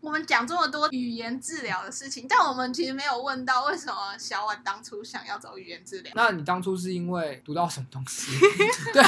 我们讲这么多语言治疗的事情，但我们其实没有问到为什么小婉当初想要走语言治疗。那你当初是因为读到什么东 西？对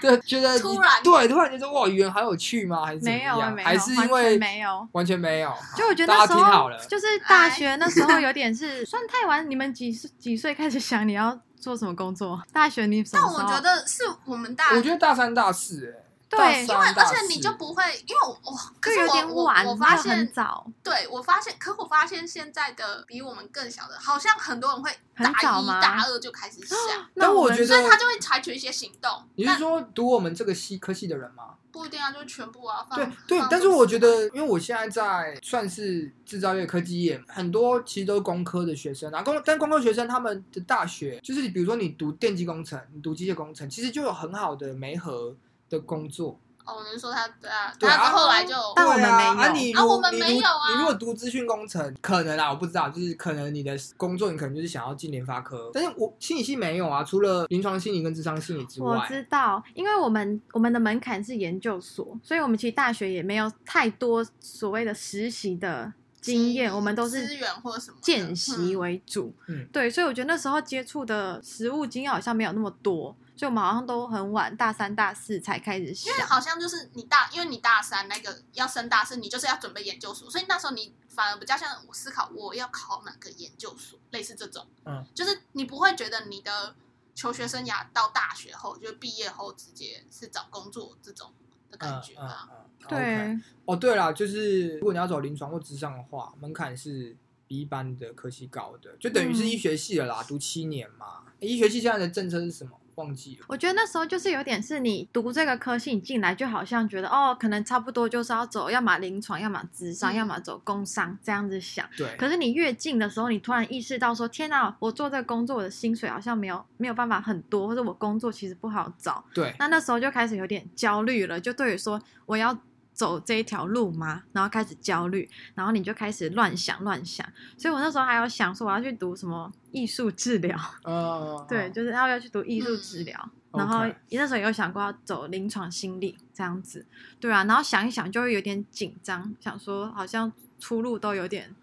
对，觉得你突然对突然觉得哇，语言好有趣吗？还是怎么没有，啊样？没有，还是因完全为没有。完全没有？就我觉得大那家时听好候了就是大学那时 候有点是算太晚。你们几岁几岁开始想你要做什么工作？大学你什但么时我候？觉得是我们大，我觉得大三大四哎，对，大就因为三大而四且你就不会，因为我我可是有我点我晚，我没发有现很早，对，我发现，可我发现现在的比我们更小的，好像很多人会很大早一、吗大二就开始想，那但我们觉所以得他就会采取一些行动。你是但说读我们这个系科系的人吗？不一定啊，就是全部啊，放嗯对对放，但是纵我死觉得，因为我现在在算是制造业科技业，很多其实都是工科的学生啊。工但工科学生他们的大学，就是比如说你读电机工程，你读机械工程，其实就有很好的媒合的工作。哦，你是说他对啊，对啊他后来就但我们对啊没啊有你啊如我们你没如有啊你如果读资讯工程，可能啊，我不知道，就是可能你的工作你可能就是想要进联发科，但是我心理系没有啊，除了临床心理跟智商心理之我外，知道，因为我们我们的门槛是研究所，所以我们其实大学也没有太多所谓的实习的经验，资我们都是资源或什么的见习嗯为主。嗯对，所以我觉得那时候接触的实物经验好像没有那么多，所以我们好像都很晚，大三大四才开始因想为。好像就是你大，因为你大三那个要升大四，你就是要准备研究所，所以那时候你反而比较像我思考我要考哪个研究所，类似这种，嗯，就是你不会觉得你的求学生涯到大学后，就是毕业后直接是找工作这种的嗯感觉啊嗯吧。嗯，OK 对，哦，对啦，就是如果你要走临床或职上的话，门槛是比一般的科系高的，就等于是嗯医学系了啦，读七年嘛。诶医学系现在的政策是什么？忘记了。我觉得那时候就是有点是你读这个科系，你进来就好像觉得哦，可能差不多就是要走，要么临床，要么智商，嗯要么走工商这样子想。对，可是你越近的时候，你突然意识到说，天哪，我做这个工作，我的薪水好像没有没有办法很多，或者我工作其实不好找。对，那那时候就开始有点焦虑了，就对于说我要走这一条路吗？然后开始焦虑，然后你就开始乱想乱想。所以我那时候还有想说，我要去读什么艺术治疗，呃，对，就是要要去读艺术治疗。嗯然后 OK 那时候也有想过要走临床心理这样子，对啊，然后想一想就会有点紧张，想说好像出路都有点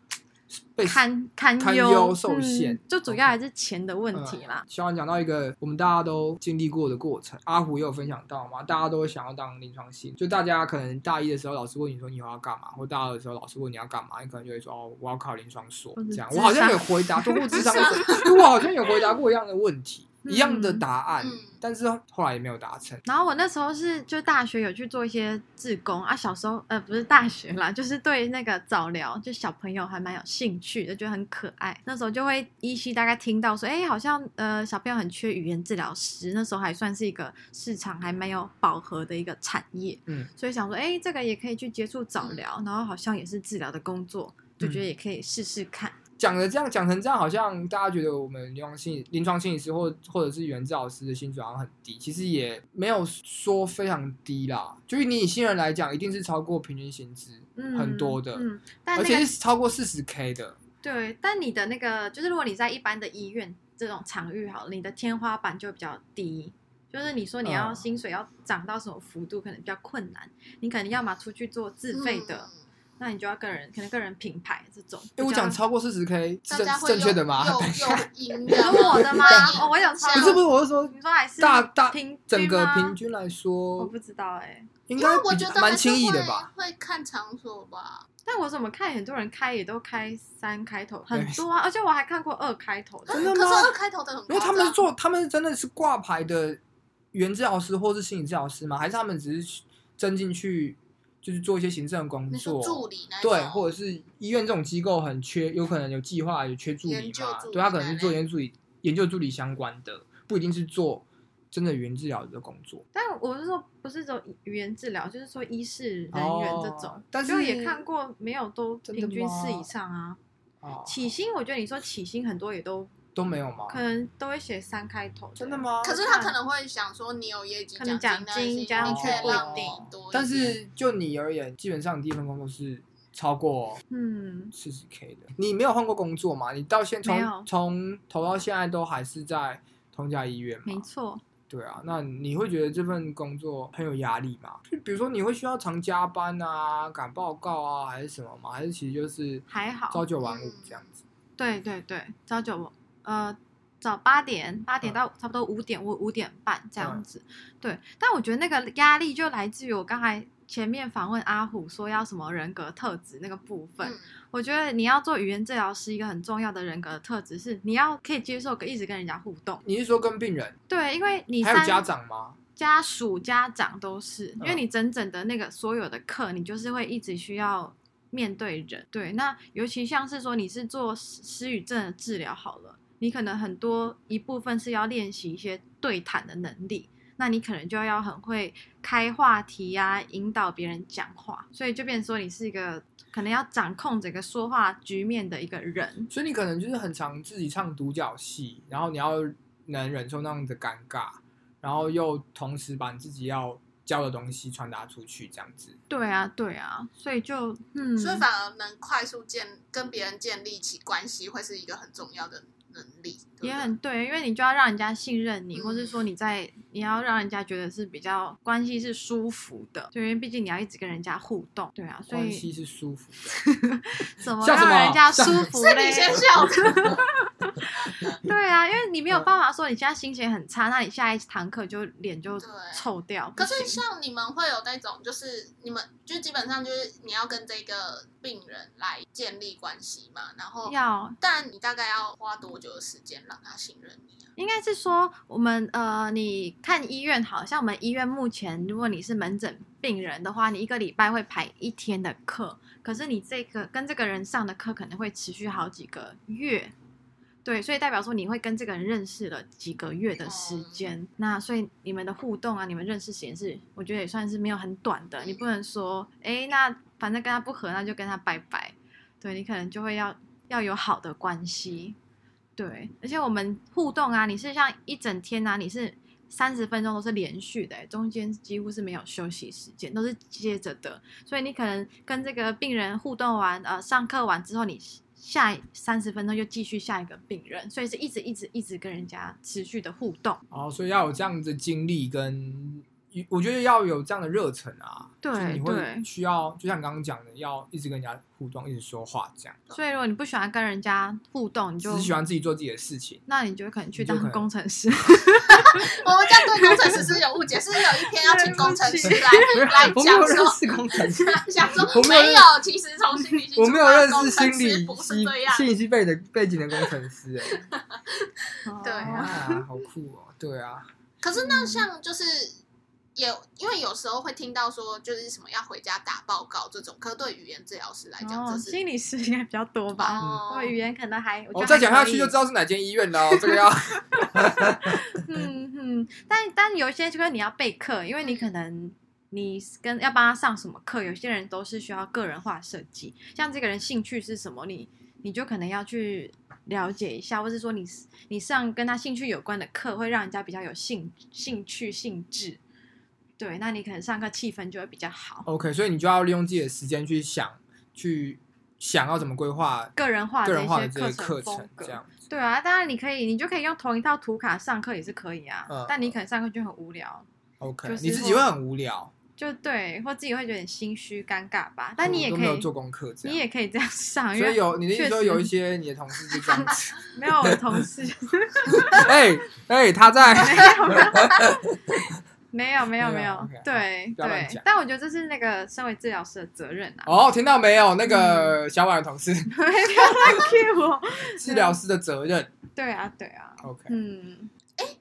被堪堪堪忧忧受限嗯，就主要还是钱的问题啦。小嗯婉讲到一个我们大家都经历过的过程，阿虎也有分享到嘛，大家都想要当临床心，就大家可能大一的时候老师问你说你以后要干嘛，或大二的时候老师问你要干嘛，你可能就会说哦我要考临床所或者这样。哦智我好商像有回答，通过智商的时候，对我好像有回答过一样的问 题，嗯一样的答案嗯，但是后来也没有达成。然后我那时候是就大学有去做一些志工啊，小时候呃不是大学啦，就是对那个早疗就小朋友还蛮有兴趣的，觉得很可爱。那时候就会依稀大概听到说，哎，好像呃小朋友很缺语言治疗师，那时候还算是一个市场还蛮有饱和的一个产业，嗯，所以想说，哎，这个也可以去接触早疗，然后好像也是治疗的工作，就觉得嗯也可以试试看。讲的这样讲成这样，好像大家觉得我们临床心理、临床心理师或或者是原治老师的薪水好像很低，其实也没有说非常低啦。就是你以新人来讲，一定是超过平均薪资嗯，很多的，嗯，但而那个且是超过四十 K 的。对，但你的那个就是，如果你在一般的医院这种场域好了，你的天花板就比较低。就是你说你要嗯薪水要涨到什么幅度，可能比较困难。你可能要么出去做自费的，嗯那你就要个人可能个人品牌这种。哎，我比较讲超过四十 K 大是正家会正确的吗？ 有等一下有赢？你说 我的吗哦，我有超不不有是不是，我是说你说还是大大平整个吗平，均来我说，不知道哎、应因该为我比觉得还蛮是轻易的会吧。？会看场所吧，但我怎么看很多人开也都开三开头，对很多啊，而且我还看过二开头的。真的可是吗二开头的很因为夸他张，们是做，他们真的是挂牌的原治疗师或是心理治疗师吗？还是他们只是真进去就是做一些行政工你说助作？理那一对，种或者是医院这种机构很缺，有可能有计划有缺助理研究嘛助？理对他可能是做那类研究助理、研究助理相关的，不一定是做真的原治疗的工作。但我是说，不是走语言治疗，就是说医事人员这种，哦但是就也看过，没有都平均真的吗四以上啊。啊，起薪，我觉得你说起薪很多也都都没有吗？可能都会写三开头的真的？吗？可是他可能会想说，你有业绩哦可能奖奖金加上你去可以不一哦让定你多一点，但是就你而言，基本上你第一份工作是超过嗯，四十 K 的。你没有换过工作嘛？你到现没从有从头到现在都还是在同一家医院嘛？没错。对啊，那你会觉得这份工作很有压力吗？就比如说你会需要常加班啊、赶报告啊，还是什么吗？还是其实就是还好嗯朝九晚五这样子？对对对，朝九呃早八点，八嗯点到差不多五点或五点半这样子。对，但我觉得那个压力就来自于我刚才前面访问阿虎说要什么人格特质那个部分。嗯，我觉得你要做语言治疗师，一个很重要的人格特质是你要可以接受跟一直跟人家互动。你是说跟病人对，因为你还有三家长吗？家属、家长都是，因为嗯你整整的那个所有的课，你就是会一直需要面对人。对，那尤其像是说你是做失失语症的治疗好了，你可能很多一部分是要练习一些对谈的能力。那你可能就要很会开话题呀、引导别人讲话，所以就变成说你是一个可能要掌控整个说话局面的一个人。所以你可能就是很常自己唱独角戏，然后你要能忍受那样的尴尬，然后又同时把你自己要教的东西传达出去，这样子。对啊，对啊，所以就嗯，所以反而能快速建跟别人建立起关系，会是一个很重要的能力。对不对啊也 很对，因为你就要让人家信任你，嗯或是说你在你要让人家觉得是比较关系是舒服的，对，因为毕竟你要一直跟人家互动，对啊，所关系以是舒服的。怎么笑什么让人家舒笑服是嘞你？先笑 的，对啊，因为你没嗯有办法说你现在心情很差，那你下一堂课就脸就对臭掉。不可是行像你们会有那种，就是你们就基本上就是你要跟这个病人来建立关系嘛，然后要但你大概要花多久的时间让他信任你啊？ 应该是说，我们呃，你看医院好，像我们医院目前，如果你是门诊病人的话，你一个礼拜会排一天的课，可是你这个跟这个人上的课可能会持续好几个月，对，所以代表说你会跟这个人认识了几个月的时间，那所以你们的互动啊，你们认识时间是，我觉得也算是没有很短的，你不能说，哎，那反正跟他不合，那就跟他拜拜，对你可能就会要要有好的关系，对，而且我们互动啊，你是像一整天啊，你是三十分钟都是连续的欸，中间几乎是没有休息时间，都是接着的。所以你可能跟这个病人互动完，呃，上课完之后，你下三十分钟又继续下一个病人，所以是一直一直一直跟人家持续的互动。哦，所以要有这样的经历跟，我觉得要有这样的热忱啊。对就是你对会需要，就像你刚刚讲的，要一直跟人家互动，一直说话这样。所以如果你不喜欢跟人家互动，你只就是喜欢自己做自己的 事情。那你就可能去你就当可能工程师。我们这样对工程师是有误解，是不是有一篇要请工程师来来 我没有讲认说。识工程 师，想说我没有没有，其实从心理系我没有认出识发的心理工程师不系是这样。心理系背的背景的工程师、欸， 对哎，啊啊，好酷哦！对啊，可是那像就是也因为有时候会听到说就是什么要回家打报告这种，可对语言治疗师来讲，哦，这是心理师应该比较多吧？哦我语言可能还，我、觉得哦再还讲可下去以就知道是哪间医院了、哦。这个要嗯嗯，但但有一些就是你要备课，因为你可能你跟要帮他上什么课，有些人都是需要个人化设计，像这个人兴趣是什么，你你就可能要去了解一下，或是说你你上跟他兴趣有关的课，会让人家比较有兴兴趣兴致。对，那你可能上课气氛就会比较好， OK，所以你就要利用自己的时间去想，去想要怎么规划个人化个的一人化些的这课些课风程，格这。样子。对啊，当然你可以，你就可以用同一套图卡上课也是可以啊，嗯但你可能上课就很无聊， OK，、就是你自己会会很无聊，就对，或自己会有点心虚、尴尬吧。但你也哦嗯都可没有以，做功课，这你样。也可以这样上，因所以为有你的意思确说实有一些你的同事就这样 子，没有我的同 事， 哎哎、他在，没有没有没没有有，OK，好，对不要乱对讲。但我觉得这是那个身为治疗师的责任 啊。 哦，听到没有？那嗯个小婉的同事，不要乱 Q 我。治疗师的责任。对啊对啊， OK，嗯，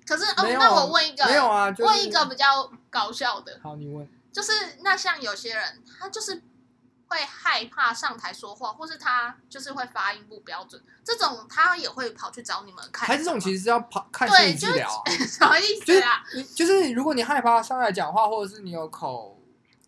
可是哦没，有那我问一个，没有啊，就是、问一个比较搞笑的，好，你问。哎就是那像有些人他就是会害怕上台说话，或是他就是会发音不标准，这种他也会跑去找你们看吗。还是这种其实是要跑看心对理治疗啊，就是什么意就是思啊？你就是如果你害怕上来讲话，或者是你有口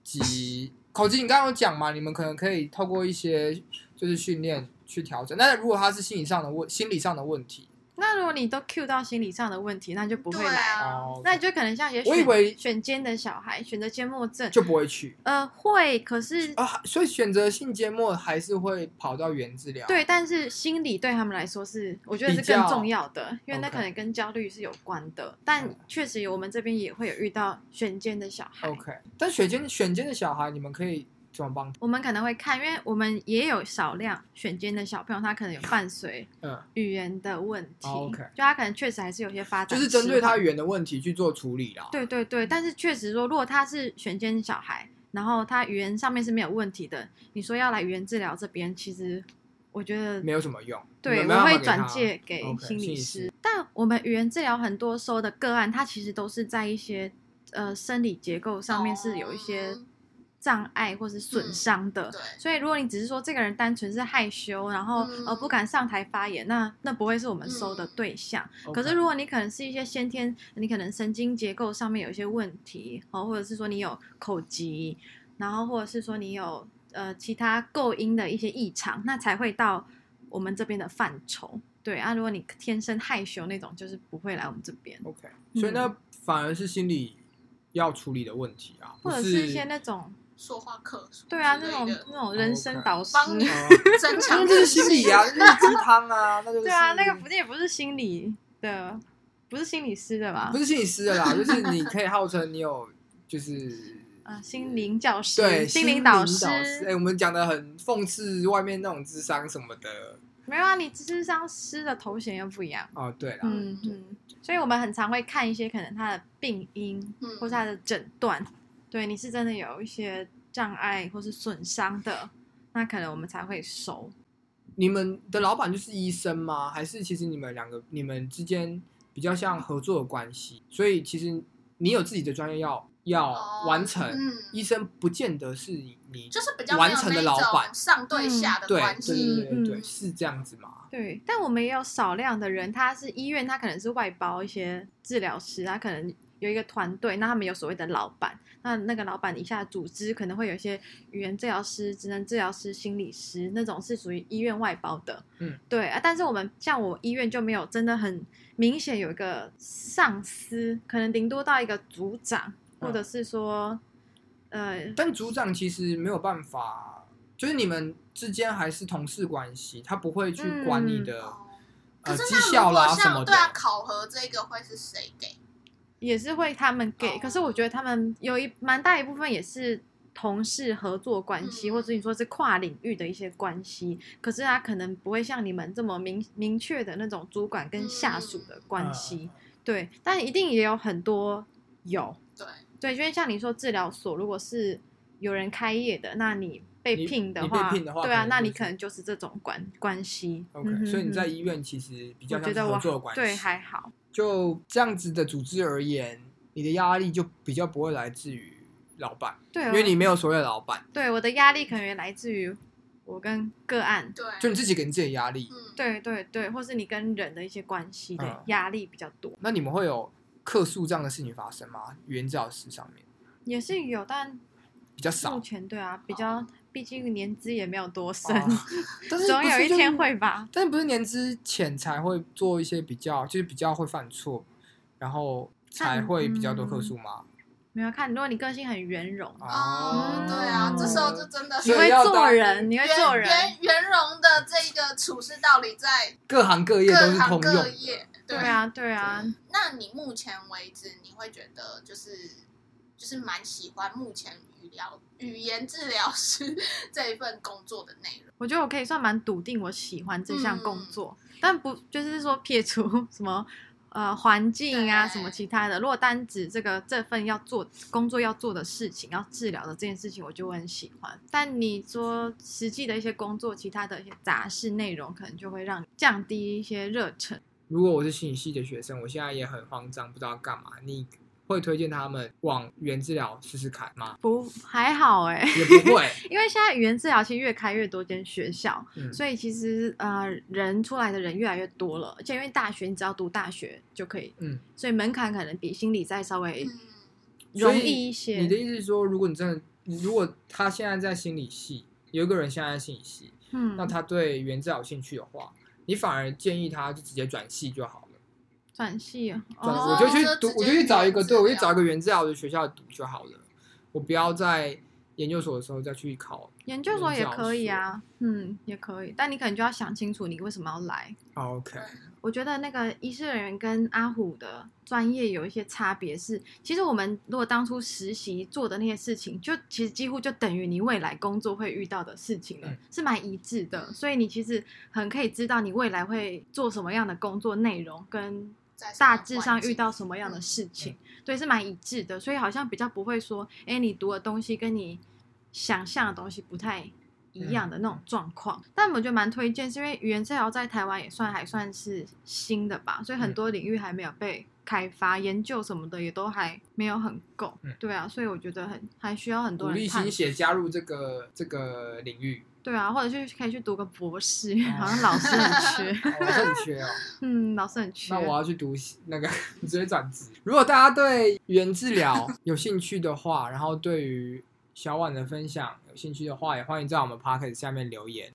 疾，口疾你刚刚有讲嘛，你们可能可以透过一些就是训练去调整。但是如果他是心理上的问，心理上的问题，那如果你都 Q 到心理上的问题，那就不会对来。啊，哦，那你就可能像也我以选为选监的小孩选择缄默症，就不会去呃会，可是、啊，所以选择性缄默还是会跑到原治疗。对，但是心理对他们来说是我觉得是比较更重要的，因为那 OK 可能跟焦虑是有关的。但嗯确实有我们这边也会有遇到选监的小孩。 ，OK。但选监选监的小孩，你们可以怎么帮？我们可能会看，因为我们也有少量选监的小朋友，他可能有 伴随嗯，语言的问题，哦，OK 就他可能确实还是有些发就展，是针对他。语言的问题去做处理啦。对对对，但是确实说，如果他是选监小孩，然后他语言上面是没有问题的，你说要来语言治疗这边，其实我觉得没有什么用。对，你们没有我会办法转他介给 OK，心理心理师。师但我们语言治疗很多收的个案，它其实都是在一些呃生理结构上面是有一些哦障碍或是损嗯伤的。对，所以，如果你只是说这个人单纯是害羞，然后、呃不敢上台发言，那那不会是我们收的嗯对象。 OK 可是，如果你可能是一些先天，你可能神经结构上面有一些问题，哦，或者是说你有口疾，然后或者是说你有呃其他构音的一些异常，那才会到我们这边的范畴。对啊，如果你天生害羞那种，就是不会来我们这边， OK，嗯所以那反而是心理要处理的问题啊，或者不是是一些那种说话课什么对啊之类那种 的那种人生 OK 导师，帮你哦增因强为这是自信心理啊，那是鸡汤啊，那就是对啊，那个不也不是心理的，不是心理师的吧不？是心理师的啦，就是你可以号称你有就是啊，心灵教师，对心灵灵导师师，，哎、我们讲的很讽刺外面那种智商什么的没有啊，你智商师的头衔又不一样。哦，对啦，嗯嗯，所以我们很常会看一些可能他的病因，嗯或是他的诊断，对你是真的有一些障碍或是损伤的，那可能我们才会收。你们的老板就是医生吗？还是其实你们两个你们之间比较像合作的关系？所以其实你有自己的专业要要哦完成，嗯，医生不见得是你就是比较没完有成的那老板种上对下的对关对系，对对对，嗯是这样子吗？对，但我们也有少量的人，他是医院，他可能是外包一些治疗师，他可能有一个团队，那他们有所谓的老板，那那个老板以下的组织可能会有一些语言治疗师、职能治疗师、心理师那种是属于医院外包的，嗯，对啊。但是我们像我医院就没有真的很明显有一个上司，可能顶多到一个组长，或者是说，呃，但组长其实没有办法，就是你们之间还是同事关系，他不会去管你的、哦呃可是绩那效如果啦什么像的。对啊，考核这个会是谁给？也是会他们给，哦可是我觉得他们有一蛮大一部分也是同事合作关系，嗯或者你说是跨领域的一些关系，可是他可能不会像你们这么明明确的那种主管跟下属的嗯关系，对，但一定也有很多有，对，对，就像你说治疗所，如果是有人开业的，那你被你聘的你被话，聘的话对啊，可能那就你是可能就是这种关关系。 OK，、嗯哼所以你在哼医院其实比较像我觉是得我合作的关系，对还好，就这样子的组织而言，你的压力就比较不会来自于老板，对，啊因我为你没有所谓的老板，对我的压力可能也来自于我跟个案，对，就你自己给你自己的压力。嗯，对对对，或是你跟人的一些关系的嗯压力比较多，那你们会有客诉这样的事情发生吗？语言治疗师上面也是有，但比较目少，前对啊，比较毕竟年资也没有多深，哦 但是总不有是一就天会吧。但不是年之前才会做一些比较，就是比较会犯错，然后才会比较多嗯客诉吗？没有看，如果你个性很圆融，哦，对啊，这时候就真的嗯你所以会要做当人，你会做人，圆圆圆融的这个处事道理在各行各业都各是行通用各的。业。对，啊对啊，那你目前为止，你会觉得就是就是蛮喜欢目前语疗语言治疗师 这一份工作的内容。我觉得我可以算蛮笃定，我喜欢这项工作，但不就是说撇除 什么呃环境啊对什么其他的。如果单指这个这份要做工作要做的事情，要治疗的这件事情，我就会很喜欢。但你说实际的一些工作，其他的一些杂事内容，可能就会让你降低一些热忱。？如果我是心理系的学生，我现在也很慌张，不知道干嘛。你会推荐他们往语言治疗试试看吗不还好哎、也不会， 因为现在语言治疗其实越开越多间学校，嗯所以其实呃人出来的人越来越多了，而且因为大学你只要读大学就可以，嗯，所以门槛可能比心理再稍微嗯，容易一些。你的意思是说，如果你真的，如果他现在在心理系，有一个人现在在心理系，嗯，那他对语言治疗有兴趣的话，你反而建议他就直接转系就好了。转系啊，转哦我就去就读直，接我就去找一个，原对我治疗去找一个原治疗的学校读就好了。我不要在研究所的时候再去考研究所也可以啊，嗯，也可以，但你可能就要想清楚你为什么要来。哦 OK，我觉得那个医师人员跟阿虎的专业有一些差别是，其实我们如果当初实习做的那些事情，就其实几乎就等于你未来工作会遇到的事情了，嗯是蛮一致的，所以你其实很可以知道你未来会做什么样的工作内容跟在什么大致上环境嗯遇到什么样的事情，对，是蛮一致的，所以好像比较不会说，哎，你读的东西跟你想象的东西不太一样的那种状况。但我觉得蛮推荐，是因为语言治疗在台湾也算还算是新的吧，所以很多领域还没有被开发、研究什么的也都还没有很够。嗯对啊，所以我觉得很还需要很鼓多人励探新血加入这个这个领域，对啊，或者是可以去读个 博士，好像老师很缺，哦我是很缺哦。嗯，老师很缺那。我要去读那个 直接转职。如果大家对语言治疗有兴趣的话，然后对于小婉的分享有兴趣的话，也欢迎在我们 p o c k e t 下面留言。